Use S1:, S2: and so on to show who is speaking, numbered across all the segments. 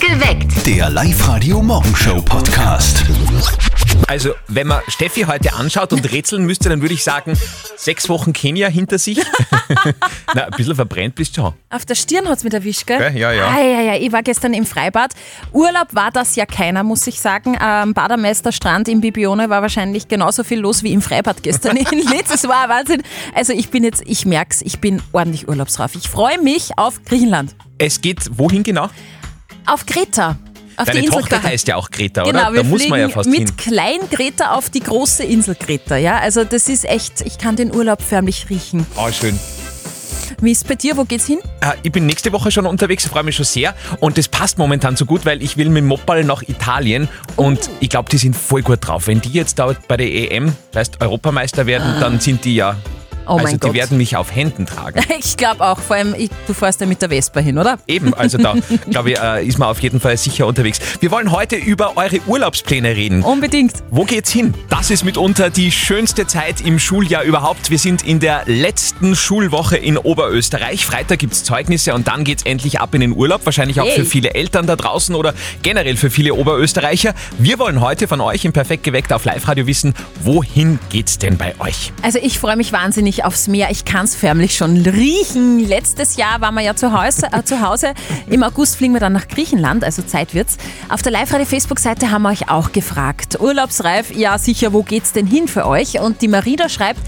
S1: Geweckt.
S2: Der Live-Radio-Morgenshow-Podcast.
S3: Also, wenn man Steffi heute anschaut und rätseln müsste, dann würde ich sagen, sechs Wochen Kenia hinter sich. Na, ein bisschen verbrennt bist du schon.
S4: Auf der Stirn hat es mich erwischt, gell?
S3: Gell? Ja, ja.
S4: Ah, ja, ja. Ich war gestern im Freibad. Urlaub war das ja keiner, muss ich sagen. Am Bademeisterstrand in Bibione war wahrscheinlich genauso viel los wie im Freibad gestern in Linz. Es war ein Wahnsinn. Also ich bin jetzt, ich merk's, ich bin ordentlich urlaubsrauf. Ich freue mich auf Griechenland.
S3: Es geht wohin genau?
S4: Auf Kreta. Auf
S3: Deine
S4: die Insel
S3: Tochter
S4: Kreta.
S3: heißt ja auch Greta,
S4: Genau,
S3: oder?
S4: wir
S3: Da muss man ja
S4: fliegen
S3: fast
S4: mit
S3: hin.
S4: Klein-Greta auf die große Insel Greta, ja. Also das ist echt, ich kann den Urlaub förmlich riechen.
S3: Oh, schön.
S4: Wie ist bei dir? Wo geht's hin?
S3: Ah, Ich bin nächste Woche schon unterwegs, freue mich schon sehr. Und das passt momentan so gut, weil ich will mit dem Mopal nach Italien. Und ich glaube, die sind voll gut drauf. Wenn die jetzt da bei der EM, weißt Europameister werden, dann sind die ja.
S4: Ah. Oh
S3: also
S4: mein
S3: die
S4: Gott.
S3: werden mich auf Händen tragen.
S4: Ich glaube auch, vor allem, ich, du fährst ja mit der Vespa hin, oder?
S3: Eben, also da, glaube ich, äh, ist man auf jeden Fall sicher unterwegs. Wir wollen heute über eure Urlaubspläne reden.
S4: Unbedingt.
S3: Wo geht's hin? Das ist mitunter die schönste Zeit im Schuljahr überhaupt. Wir sind in der letzten Schulwoche in Oberösterreich. Freitag gibt's Zeugnisse und dann geht's endlich ab in den Urlaub. Wahrscheinlich auch
S4: Yay.
S3: für viele Eltern da draußen oder generell für viele Oberösterreicher. Wir wollen heute von euch im Perfekt geweckt auf Live-Radio wissen, wohin geht's denn bei euch?
S4: Also ich freue mich wahnsinnig aufs Meer. Ich kann es förmlich schon riechen. Letztes Jahr waren wir ja zu Hause, äh, zu Hause. Im August fliegen wir dann nach Griechenland, also Zeit wird's. Auf der Live-Radio-Facebook-Seite haben wir euch auch gefragt. Urlaubsreif, ja sicher, wo geht's denn hin für euch? Und die Marida schreibt,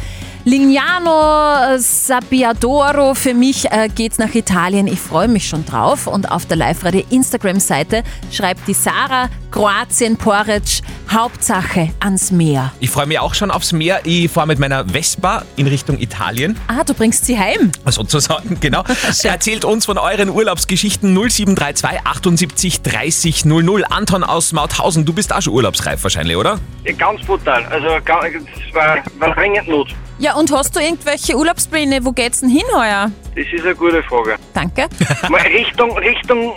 S4: Lignano äh, Sabbiadoro, für mich äh, geht's nach Italien. Ich freue mich schon drauf. Und auf der Live-Radio-Instagram-Seite schreibt die Sarah, Kroatien, Poric, Hauptsache ans Meer.
S3: Ich freue mich auch schon aufs Meer. Ich fahre mit meiner Vespa in Richtung Italien.
S4: Ah, du bringst sie heim.
S3: sozusagen, genau. Erzählt uns von euren Urlaubsgeschichten 0732 78 30 00. Anton aus Mauthausen, du bist auch schon urlaubsreif wahrscheinlich, oder?
S5: Ja, Ganz brutal. Also, ga- es war, war dringend Not.
S4: Ja, und hast du irgendwelche Urlaubspläne? Wo geht's denn hin heuer?
S5: Das ist eine gute Frage.
S4: Danke.
S5: Mal Richtung, Richtung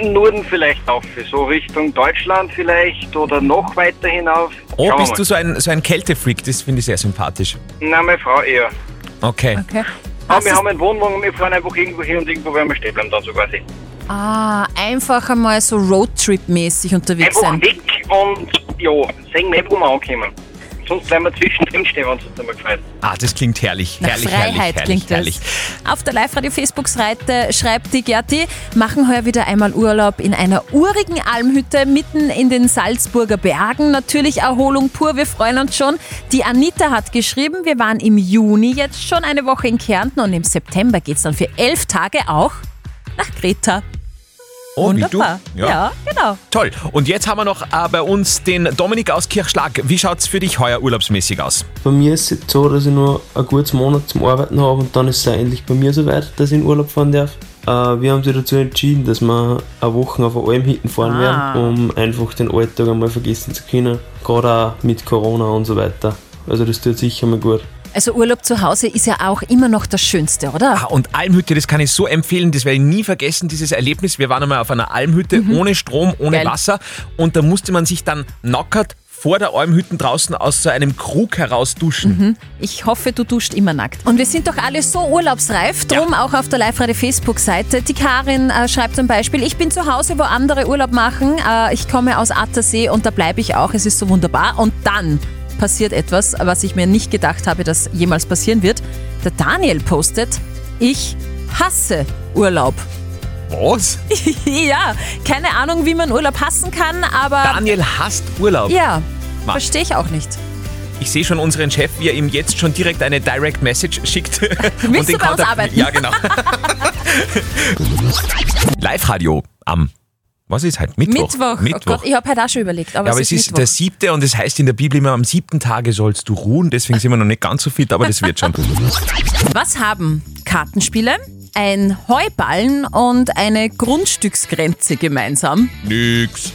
S5: Norden vielleicht auf. So Richtung Deutschland vielleicht oder noch weiter hinauf.
S3: Oh,
S5: Schauen wir
S3: bist du so ein, so ein Kältefreak? Das finde ich sehr sympathisch.
S5: mal. Nein, meine Frau eher.
S3: Okay.
S4: Okay.
S5: Aber
S4: Was
S5: wir
S4: ist,
S5: haben einen Wohnwagen, wir fahren einfach irgendwo hin und irgendwo werden wir stehen bleiben dann so quasi.
S4: ah, einfach einmal so Roadtrip-mäßig unterwegs
S5: Einfach
S4: sein.
S5: weg und ja, sehen wir, wo wir ankommen. Sonst bleiben wir zwischen dem stehen, wenn es uns nicht mehr gefällt.
S3: Ah, das klingt herrlich.
S4: Nach
S3: herrlich,
S4: Freiheit
S3: herrlich, herrlich,
S4: klingt
S3: herrlich.
S4: das. Auf der Live-Radio-Facebook-Seite schreibt die Gerti, machen heuer wieder einmal Urlaub in einer urigen Almhütte mitten in den Salzburger Bergen. Natürlich Erholung pur, wir freuen uns schon. Die Anita hat geschrieben, wir waren im Juni jetzt schon eine Woche in Kärnten und im September geht's dann für elf Tage auch nach Kreta.
S3: Oh,
S4: Wunderbar.
S3: Wie du? Ja.
S4: ja, genau.
S3: Toll. Und jetzt haben wir noch äh, bei uns den Dominik aus Kirchschlag. Wie schaut's für dich heuer urlaubsmäßig aus?
S6: Bei mir ist es jetzt so, dass ich nur einen guten Monat zum Arbeiten habe und dann ist es endlich bei mir soweit, dass ich in Urlaub fahren darf. Äh, wir haben sich dazu entschieden, dass wir eine Woche auf eine Alm hinten fahren
S4: Ah.
S6: werden, um einfach den Alltag einmal vergessen zu können. Gerade auch mit Corona und so weiter. Also das tut sicher mal gut.
S4: Also Urlaub zu Hause ist ja auch immer noch das Schönste,
S3: Ah,
S4: oder?
S3: und Almhütte, das kann ich so empfehlen, das werde ich nie vergessen, dieses Erlebnis. Wir waren einmal auf einer Almhütte ohne Strom, ohne
S4: Mhm. Geil.
S3: Wasser und da musste man sich dann nackert vor der Almhütte draußen aus so einem Krug heraus duschen.
S4: Mhm. Ich hoffe, du duscht immer nackt. Und wir sind doch alle so urlaubsreif, drum auch auf der Live-Radio-Facebook-Seite. Die Karin äh, schreibt zum Beispiel, ich bin zu Hause, wo andere Urlaub machen. Äh, ich komme aus Attersee und da bleibe ich auch. Es ist so wunderbar. Und dann passiert etwas, was ich mir nicht gedacht habe, dass jemals passieren wird. Der Daniel postet, ich hasse Urlaub.
S3: Was?
S4: ja, keine Ahnung, wie man Urlaub hassen kann, aber...
S3: Daniel hasst Urlaub.
S4: Ja,
S3: Ma.
S4: verstehe ich auch nicht.
S3: Ich sehe schon unseren Chef, wie er ihm jetzt schon direkt eine Direct Message schickt. Willst
S4: du bei uns arbeiten?
S3: Ja, genau. Live-Radio am, was ist heute? Mittwoch.
S4: Mittwoch. Oh Gott, ich habe heute auch schon überlegt, aber,
S3: Ja, aber es ist
S4: Mittwoch.
S3: der siebte und das heißt in der Bibel immer, am siebten Tage sollst du ruhen. Deswegen sind wir noch nicht ganz so fit, aber das wird schon.
S4: Was haben Kartenspiele, ein Heuballen und eine Grundstücksgrenze gemeinsam?
S3: Nix.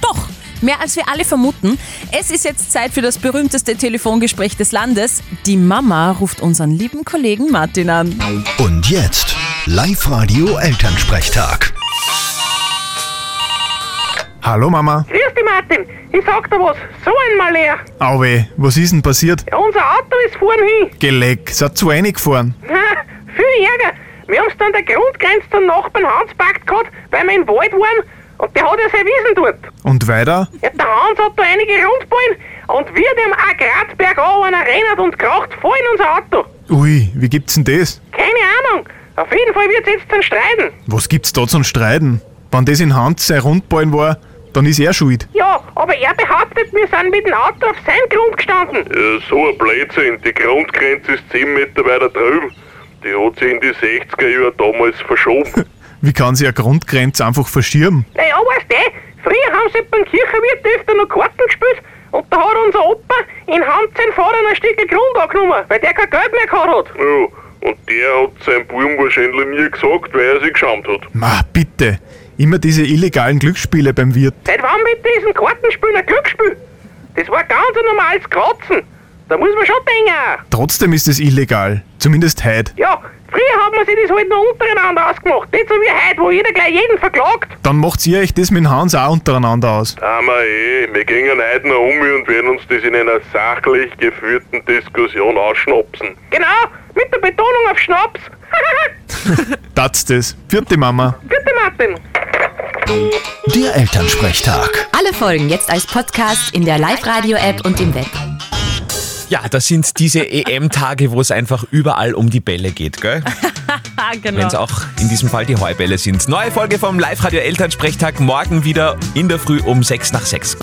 S4: Doch, mehr als wir alle vermuten. Es ist jetzt Zeit für das berühmteste Telefongespräch des Landes. Die Mama ruft unseren lieben Kollegen Martin an.
S2: Und jetzt Live-Radio Elternsprechtag.
S7: Hallo Mama.
S8: Grüß dich, Martin. Ich sag dir was. So ein Maler.
S7: Auwe, was ist denn passiert?
S8: Ja, unser Auto ist vorn hin.
S7: Geleck, seid zu einig gefahren.
S8: Ha, Viel Ärger. Wir haben's dann der Grundgrenze zum Nachbarn Hans packt gehabt, weil wir im Wald waren und der hat ja seine Wiesen dort.
S7: Und weiter?
S8: Ja, der Hans hat da einige Rundballen und wir dem auch grad bergauf einer rennt und kracht voll in unser Auto.
S7: Ui, wie gibt's denn das?
S8: Keine Ahnung. Auf jeden Fall wird's jetzt dann streiten.
S7: Was gibt's da zum Streiten? Wenn das in Hans sein Rundballen war, dann ist er schuld.
S8: Ja, aber er behauptet, wir sind mit dem Auto auf seinem Grund gestanden.
S1: Ja, so ein Blödsinn. Die Grundgrenze ist 10 Meter weiter drüben. Die hat sich in die 60er Jahre damals verschoben.
S7: Wie kann sich eine Grundgrenze einfach verschirmen?
S8: Naja, weißt du, eh, früher haben sie beim Kirchenwirt öfter noch Karten gespielt und da hat unser Opa in Hand sein Vater ein Stück Grund angenommen, weil der kein Geld mehr gehabt hat.
S1: Ja, und der hat seinem Buben wahrscheinlich nie gesagt, weil er sich geschämt hat.
S7: Ma, bitte. Immer diese illegalen Glücksspiele beim Wirt.
S8: Seit wann mit diesen Kartenspielen ein Glücksspiel? Das war ganz ein normales Kratzen. Da muss man schon denken.
S7: Trotzdem ist es illegal. Zumindest heute.
S8: Ja, früher hat man sich das halt noch untereinander ausgemacht. Nicht so wie heute, wo jeder gleich jeden verklagt.
S7: Dann macht's ihr euch das mit dem Hans auch untereinander aus.
S1: Aber eh, wir gingen heute noch um und werden uns das in einer sachlich geführten Diskussion ausschnapsen.
S8: Genau, mit der Betonung auf Schnaps.
S7: Tat's das. Vierte Mama.
S8: Bitte, Martin.
S2: Der Elternsprechtag.
S9: Alle Folgen jetzt als Podcast in der Live-Radio-App und im Web.
S3: Ja, das sind diese EM-Tage, wo es einfach überall um die Bälle geht, gell?
S4: Ah,
S3: Wenn
S4: genau.
S3: es auch in diesem Fall die Heubälle sind. Neue Folge vom Live-Radio Elternsprechtag morgen wieder in der Früh um 6 nach 6.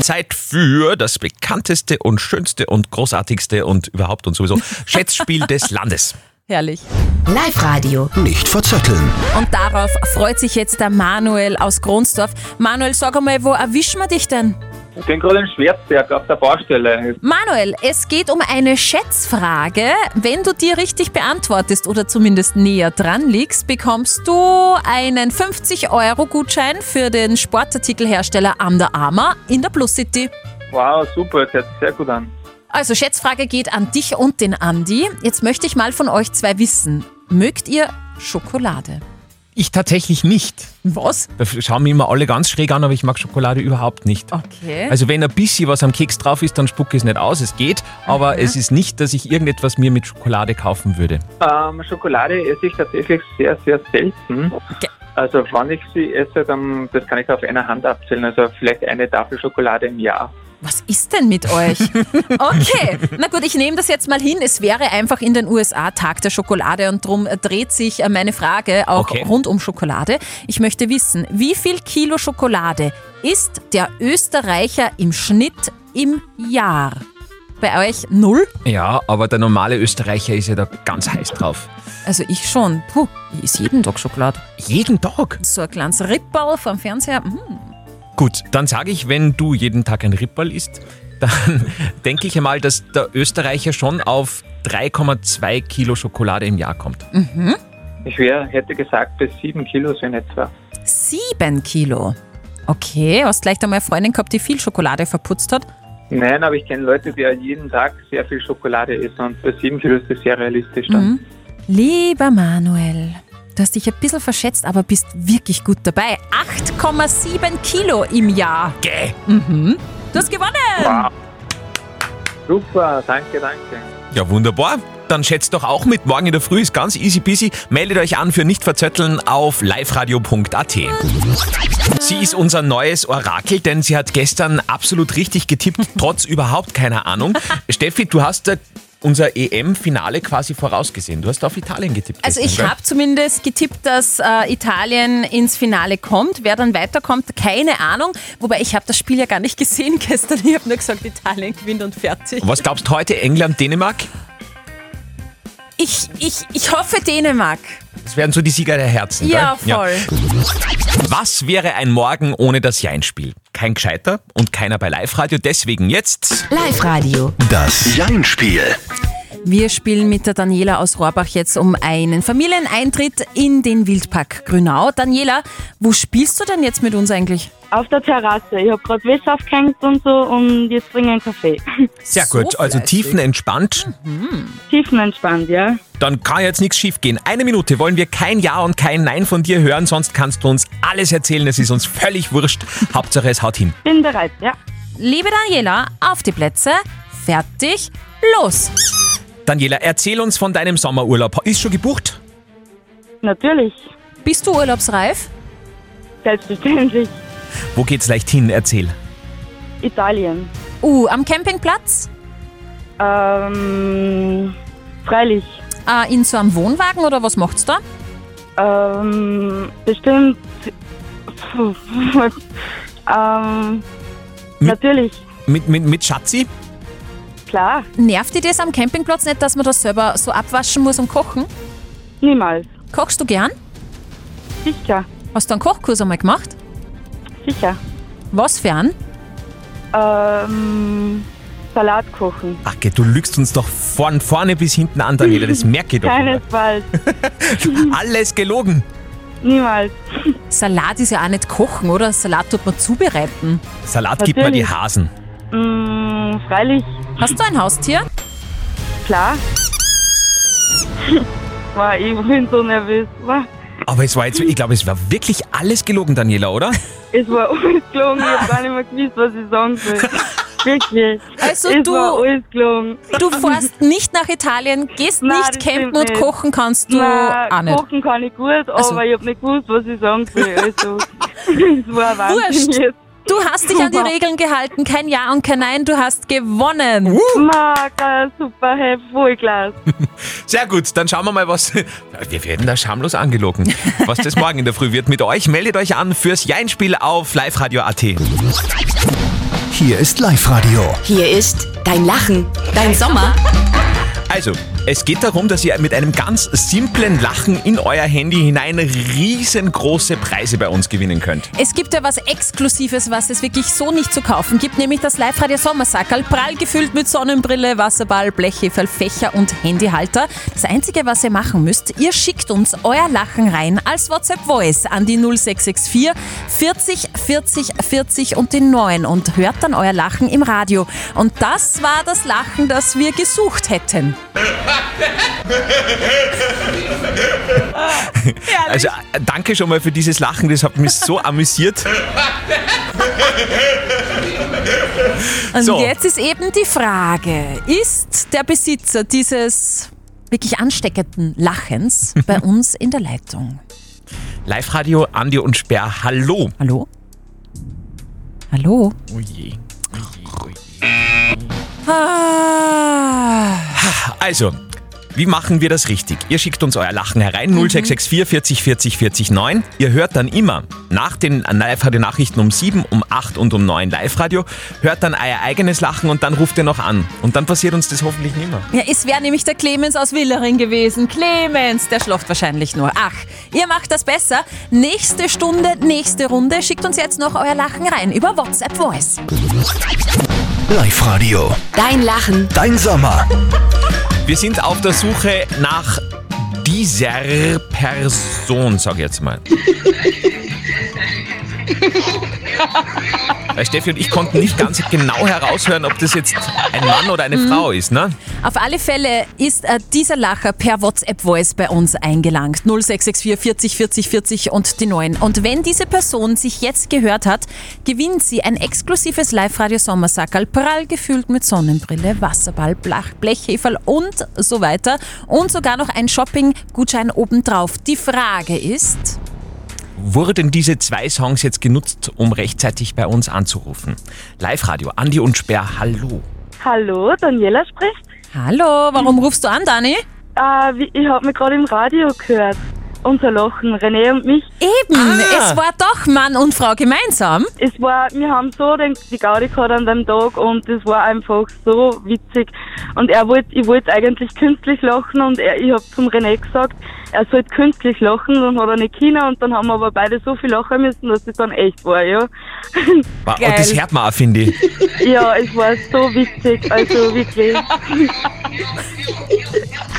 S3: Zeit für das bekannteste und schönste und großartigste und überhaupt und sowieso Schätzspiel des Landes.
S4: Herrlich.
S9: Live-Radio.
S2: Nicht verzetteln.
S4: Und darauf freut sich jetzt der Manuel aus Gronsdorf. Manuel, sag einmal, wo erwischen wir dich denn?
S10: Ich bin gerade in Schwerzberg auf der Baustelle.
S4: Manuel, es geht um eine Schätzfrage. Wenn du die richtig beantwortest oder zumindest näher dran liegst, bekommst du einen 50-Euro-Gutschein für den Sportartikelhersteller Under Armour in der Plus City.
S10: Wow, super, das hört sich sehr gut an.
S4: Also, Schätzfrage geht an dich und den Andi. Jetzt möchte ich mal von euch zwei wissen. Mögt ihr Schokolade?
S3: Ich tatsächlich nicht.
S4: Was?
S3: Da schauen mich immer alle ganz schräg an, aber ich mag Schokolade überhaupt nicht.
S4: Okay.
S3: Also wenn ein bisschen was am Keks drauf ist, dann spucke ich es nicht aus. Es geht, aber es ist nicht, dass ich irgendetwas mir mit Schokolade kaufen würde.
S10: Ähm, Schokolade esse ich tatsächlich sehr, sehr selten.
S4: Okay.
S10: Also wann ich sie esse, dann das kann ich auf einer Hand abzählen. Also vielleicht eine Tafel Schokolade im Jahr.
S4: Was ist denn mit euch? Okay, na gut, ich nehme das jetzt mal hin. Es wäre einfach in den USA Tag der Schokolade und drum dreht sich äh, meine Frage auch
S3: Okay.
S4: rund um Schokolade. Ich möchte wissen, wie viel Kilo Schokolade isst der Österreicher im Schnitt im Jahr? Bei euch null?
S3: Ja, aber der normale Österreicher ist ja da ganz heiß drauf.
S4: Also ich schon. Puh, ich esse jeden Tag Schokolade.
S3: Jeden Tag.
S4: So ein kleines Ripperl vom Fernseher. Mhm.
S3: Gut, dann sage ich, wenn du jeden Tag ein Ripperl isst, dann denke ich einmal, dass der Österreicher schon auf 3,2 Kilo Schokolade im Jahr kommt.
S10: Ich wär, hätte gesagt, bis sieben Kilo so in etwa.
S4: Sieben Kilo. Okay, hast gleich einmal eine Freundin gehabt, die viel Schokolade verputzt hat.
S10: Nein, aber ich kenne Leute, die ja jeden Tag sehr viel Schokolade essen und bei sieben Kilo ist das sehr realistisch dann.
S11: Mhm.
S4: Lieber Manuel, du hast dich ein bisschen verschätzt, aber bist wirklich gut dabei. 8,7 Kilo im Jahr.
S3: Gäh.
S4: Du hast gewonnen!
S10: Wow. Super, danke, danke.
S3: Ja, wunderbar. Dann schätzt doch auch mit. Morgen in der Früh ist ganz easy peasy. Meldet euch an für nicht verzötteln auf liveradio.at. Sie ist unser neues Orakel, denn sie hat gestern absolut richtig getippt, trotz überhaupt keiner Ahnung. Steffi, du hast äh, unser EM-Finale quasi vorausgesehen. Du hast auf Italien getippt.
S4: Also ich
S3: gestern,
S4: habe zumindest getippt, dass äh, Italien ins Finale kommt. Wer dann weiterkommt, keine Ahnung. Wobei ich habe das Spiel ja gar nicht gesehen gestern. Ich habe nur gesagt, Italien gewinnt und fertig.
S3: gell? Was glaubst du heute? England, Dänemark?
S4: Ich, ich, ich hoffe Dänemark.
S3: Das wären so die Sieger der Herzen.
S4: Ja,
S3: gell?
S4: voll.
S3: Was wäre ein Morgen ohne das Jein-Spiel? Kein Gescheiter und keiner bei Live-Radio. Deswegen jetzt...
S9: Live-Radio.
S2: Das Jein-Spiel.
S4: Wir spielen mit der Daniela aus Rohrbach jetzt um einen Familieneintritt in den Wildpark Grünau. Daniela, wo spielst du denn jetzt mit uns eigentlich?
S11: Auf der Terrasse. Ich habe gerade Wässer aufgehängt und so und jetzt trinke ich einen Kaffee.
S3: Sehr
S4: So
S3: gut, also
S4: fleißig.
S3: tiefenentspannt.
S11: Tiefenentspannt, ja?
S3: Dann kann jetzt nichts schief gehen. Eine Minute wollen wir kein Ja und kein Nein von dir hören, sonst kannst du uns alles erzählen. Es ist uns völlig wurscht. Hauptsache es haut hin.
S11: Bin bereit, ja.
S4: Liebe Daniela, auf die Plätze, fertig, los!
S3: Daniela, erzähl uns von deinem Sommerurlaub. Ist schon gebucht?
S11: Natürlich.
S4: Bist du urlaubsreif?
S11: Selbstverständlich.
S3: Wo geht's leicht hin? Erzähl.
S11: Italien.
S4: Uh, am Campingplatz?
S11: Ähm, freilich.
S4: Äh, in so einem Wohnwagen oder was macht's da?
S11: Ähm, bestimmt. ähm, natürlich,
S3: Mit, mit, mit Schatzi?
S11: klar,
S4: Nervt dir das am Campingplatz nicht, dass man das selber so abwaschen muss und kochen?
S11: Niemals.
S4: Kochst du gern?
S11: Sicher.
S4: Hast du einen Kochkurs einmal gemacht?
S11: sicher.
S4: Was für einen?
S11: Ähm, Salat kochen.
S3: Ach, geh, du lügst uns doch von vorne bis hinten an, Daniela. Das merke ich doch.
S11: Keinesfalls,
S3: Alles gelogen.
S11: niemals.
S4: Salat ist ja auch nicht kochen, oder? Salat tut man zubereiten.
S3: Salat gibt man die
S4: Natürlich.
S3: Hasen.
S11: Mm, freilich,
S4: Hast du ein Haustier?
S11: klar. War, Ah, ich bin so nervös. War,
S3: Aber es war jetzt, ich glaube, es war wirklich alles gelogen, Daniela, oder?
S11: es war alles gelungen, ich hab gar nicht mehr gewusst, was ich sagen soll. Wirklich.
S4: Also
S11: es
S4: du-
S11: war alles gelungen.
S4: Du fährst nicht nach Italien, gehst
S11: Nein,
S4: nicht
S11: das
S4: campen
S11: stimmt
S4: und
S11: nicht.
S4: kochen kannst du
S11: Nein,
S4: auch nicht.
S11: kochen kann ich gut,
S4: Also-
S11: aber ich hab nicht gewusst, was ich sagen soll. Also, es war Wahnsinn
S4: Wurscht.
S11: jetzt.
S4: Du hast dich an die
S11: Super.
S4: Regeln gehalten, kein Ja und kein Nein, du hast gewonnen.
S11: Maka, super, hey, voll klasse.
S3: Sehr gut, dann schauen wir mal, was. Wir werden da schamlos angelogen. Was das morgen in der Früh wird mit euch. Meldet euch an fürs Jeinspiel auf liveradio.at.
S2: Hier ist Live-Radio.
S9: Hier ist dein Lachen, dein Sommer.
S3: Also, es geht darum, dass ihr mit einem ganz simplen Lachen in euer Handy hinein riesengroße Preise bei uns gewinnen könnt.
S4: Es gibt ja was Exklusives, was es wirklich so nicht zu kaufen gibt, nämlich das Live-Radio Sommersackerl, prall gefüllt mit Sonnenbrille, Wasserball, Blechheferl, Fächer und Handyhalter. Das Einzige, was ihr machen müsst, ihr schickt uns euer Lachen rein als WhatsApp-Voice an die 0664 40 40 40 und den 9 und hört dann euer Lachen im Radio. Und das war das Lachen, das wir gesucht hätten.
S3: Also, äh, danke schon mal für dieses Lachen, das hat mich so amüsiert.
S4: Und
S3: So.
S4: jetzt ist eben die Frage, ist der Besitzer dieses wirklich ansteckenden Lachens bei uns in der Leitung?
S3: Live-Radio, Andi und Sperr, hallo.
S4: Hallo? Hallo?
S3: Oh je. Oh je, oh je.
S4: Ah,
S3: Also, wie machen wir das richtig? Ihr schickt uns euer Lachen herein, 0664 40 40 40 9. Ihr hört dann immer nach den Live-Radio-Nachrichten um 7, um 8 und um 9 Live-Radio, hört dann euer eigenes Lachen und dann ruft ihr noch an. Und dann passiert uns das hoffentlich nicht mehr.
S4: ja, es wäre nämlich der Clemens aus Willering gewesen. Clemens, der schlaft wahrscheinlich nur. Ach, ihr macht das besser. Nächste Stunde, nächste Runde. Schickt uns jetzt noch euer Lachen rein über WhatsApp Voice.
S2: Live-Radio.
S9: Dein Lachen,
S2: Dein Sommer.
S3: Wir sind auf der Suche nach dieser Person, sag ich jetzt mal. Weil Steffi und ich konnten nicht ganz genau heraushören, ob das jetzt ein Mann oder eine Frau ist, ne?
S4: Auf alle Fälle ist äh, dieser Lacher per WhatsApp-Voice bei uns eingelangt. 0664 40 40 40 und die 9. Und wenn diese Person sich jetzt gehört hat, gewinnt sie ein exklusives Live-Radio Sommersackerl, prall gefüllt mit Sonnenbrille, Wasserball, Blach, Blechheferl und so weiter. Und sogar noch ein Shopping-Gutschein obendrauf. Die Frage ist...
S3: Wurden diese zwei Songs jetzt genutzt, um rechtzeitig bei uns anzurufen? Live-Radio, Andi und Sperr, hallo.
S11: Hallo, Daniela spricht.
S4: Hallo, warum rufst du an, Dani?
S11: Ah, wie- ich habe mich gerade im Radio gehört. Unser Lachen, René und mich.
S4: Eben, Ah. es war doch Mann und Frau gemeinsam.
S11: Es war, wir haben so den, die Gaudi gehabt an dem Tag und es war einfach so witzig. Und er wollte, ich wollte eigentlich künstlich lachen und er, ich habe zum René gesagt, er sollte künstlich lachen, dann hat er nicht können und dann haben wir aber beide so viel lachen müssen, dass es dann echt war, ja.
S3: Wow, oh, das
S4: Geil.
S3: hört man auch, finde ich.
S11: Ja, es war so witzig, also wirklich.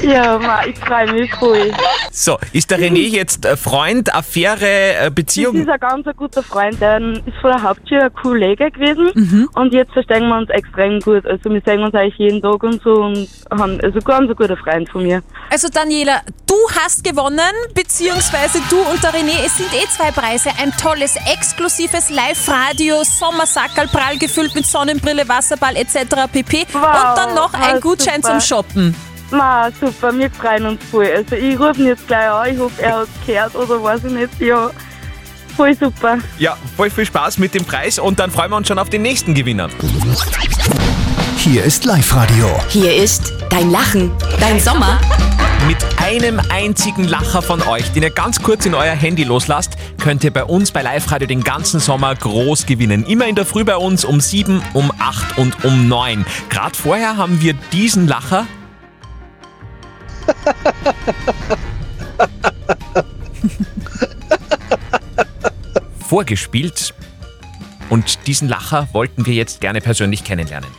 S11: ja, ma, ich freue mich voll.
S3: So, ist der René jetzt äh, Freund, Affäre, äh,
S11: Das
S3: Beziehung?
S11: ist ein ganz guter Freund, der ist von der Hauptschule ein Kollege gewesen und jetzt verstehen wir uns extrem gut. Also wir sehen uns eigentlich jeden Tag und so und haben also ganz ein guter Freund von mir.
S4: Also Daniela, du hast gewonnen, beziehungsweise du und der René, es sind eh zwei Preise. Ein tolles, exklusives Live-Radio, Sommersackerl, prall gefüllt mit Sonnenbrille, Wasserball etc. pp.
S11: Wow,
S4: und dann noch ein
S11: ah,
S4: Gutschein
S11: super.
S4: zum Shoppen.
S11: Ma, Ah, super, wir freuen uns voll. Also ich rufe ihn jetzt gleich an, ich hoffe er hat gehört oder weiß ich nicht. Ja. voll super.
S3: Ja, voll viel Spaß mit dem Preis und dann freuen wir uns schon auf den nächsten Gewinner.
S2: Hier ist Live-Radio.
S9: Hier ist dein Lachen, dein Sommer.
S3: Mit einem einzigen Lacher von euch, den ihr ganz kurz in euer Handy loslasst, könnt ihr bei uns bei Live Radio den ganzen Sommer groß gewinnen. Immer in der Früh bei uns um 7, um 8 und um 9. Gerade vorher haben wir diesen Lacher. vorgespielt. Und diesen Lacher wollten wir jetzt gerne persönlich kennenlernen.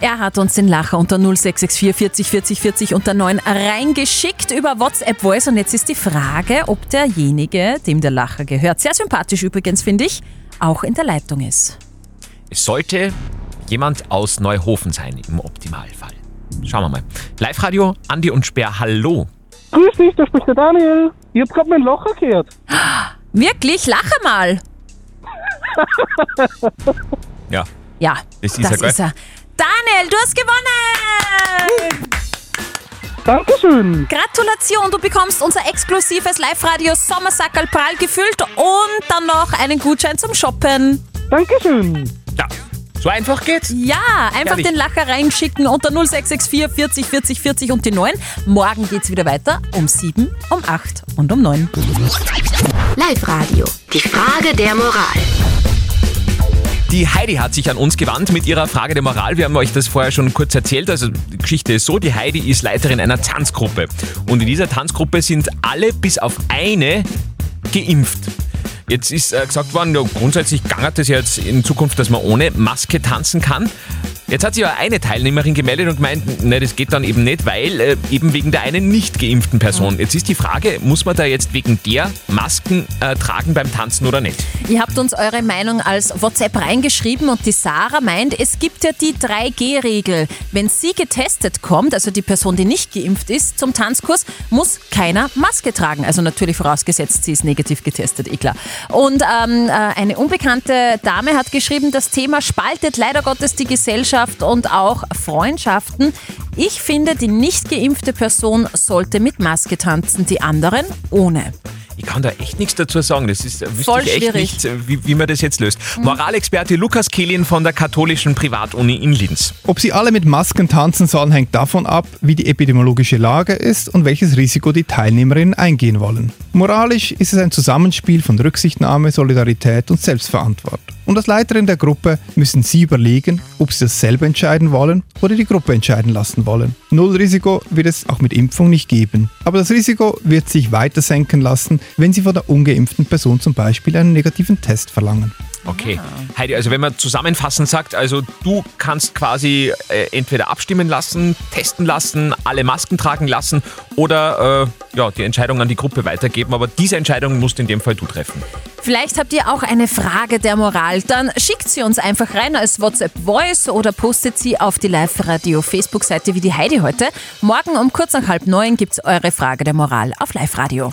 S4: Er hat uns den Lacher unter 0664 40 40 40 unter 9 reingeschickt über WhatsApp Voice. Und jetzt ist die Frage, ob derjenige, dem der Lacher gehört, sehr sympathisch übrigens, finde ich, auch in der Leitung ist.
S3: Es sollte jemand aus Neuhofen sein, im Optimalfall. Schauen wir mal. Live-Radio, Andi und Speer, hallo.
S12: Grüß dich, da spricht der Daniel. Ich hab grad meinen Lacher gehört.
S4: Wirklich? Lache mal!
S3: Ja,
S4: Ja,
S3: das ist
S4: das
S3: er, gell?
S4: ist er. Daniel, du hast gewonnen!
S12: Dankeschön.
S4: Gratulation, du bekommst unser exklusives Live-Radio Sommersackerl prall gefüllt und dann noch einen Gutschein zum Shoppen.
S12: Dankeschön.
S3: Ja, so einfach geht's.
S4: Ja, einfach
S3: Herrlich.
S4: den Lacher reinschicken unter 0664 40 40 40 und die 9. Morgen geht's wieder weiter um 7, um 8 und um 9.
S9: Live-Radio. Die Frage der Moral.
S3: Die Heidi hat sich an uns gewandt mit ihrer Frage der Moral. Wir haben euch das vorher schon kurz erzählt. Also die Geschichte ist so, die Heidi ist Leiterin einer Tanzgruppe. Und in dieser Tanzgruppe sind alle bis auf eine geimpft. Jetzt ist äh, gesagt worden, ja, grundsätzlich gangert es ja jetzt in Zukunft, dass man ohne Maske tanzen kann. Jetzt hat sich aber eine Teilnehmerin gemeldet und gemeint, ne, das geht dann eben nicht, weil äh, eben wegen der einen nicht geimpften Person. Jetzt ist die Frage, muss man da jetzt wegen der Masken äh, tragen beim Tanzen oder nicht?
S4: Ihr habt uns eure Meinung als WhatsApp reingeschrieben und die Sarah meint, es gibt ja die 3G-Regel. Wenn sie getestet kommt, also die Person, die nicht geimpft ist, zum Tanzkurs, muss keiner Maske tragen. Also natürlich vorausgesetzt, sie ist negativ getestet, eh klar. Und ähm, äh, eine unbekannte Dame hat geschrieben, das Thema spaltet leider Gottes die Gesellschaft und auch Freundschaften. Ich finde, die nicht geimpfte Person sollte mit Maske tanzen, die anderen ohne.
S3: Ich kann da echt nichts dazu sagen. Das ist, wüsste
S4: Voll
S3: ich echt
S4: schwierig. Mhm.
S3: nicht, äh, wie, wie man das jetzt löst. Moralexperte Lukas Kehlin von der katholischen Privatuni in Linz.
S13: Ob sie alle mit Masken tanzen sollen, hängt davon ab, wie die epidemiologische Lage ist und welches Risiko die Teilnehmerinnen eingehen wollen. Moralisch ist es ein Zusammenspiel von Rücksichtnahme, Solidarität und Selbstverantwortung. Und als Leiterin der Gruppe müssen Sie überlegen, ob Sie das selber entscheiden wollen oder die Gruppe entscheiden lassen wollen. Null Risiko wird es auch mit Impfung nicht geben. Aber das Risiko wird sich weiter senken lassen, wenn Sie von der ungeimpften Person zum Beispiel einen negativen Test verlangen.
S3: Okay.
S4: Ah.
S3: Heidi, also wenn man zusammenfassend sagt, also du kannst quasi äh, entweder abstimmen lassen, testen lassen, alle Masken tragen lassen oder äh, ja, die Entscheidung an die Gruppe weitergeben. Aber diese Entscheidung musst in dem Fall du treffen.
S4: Vielleicht habt ihr auch eine Frage der Moral. Dann schickt sie uns einfach rein als WhatsApp-Voice oder postet sie auf die Live-Radio-Facebook-Seite wie die Heidi heute. Morgen um kurz nach halb neun gibt's eure Frage der Moral auf Live-Radio.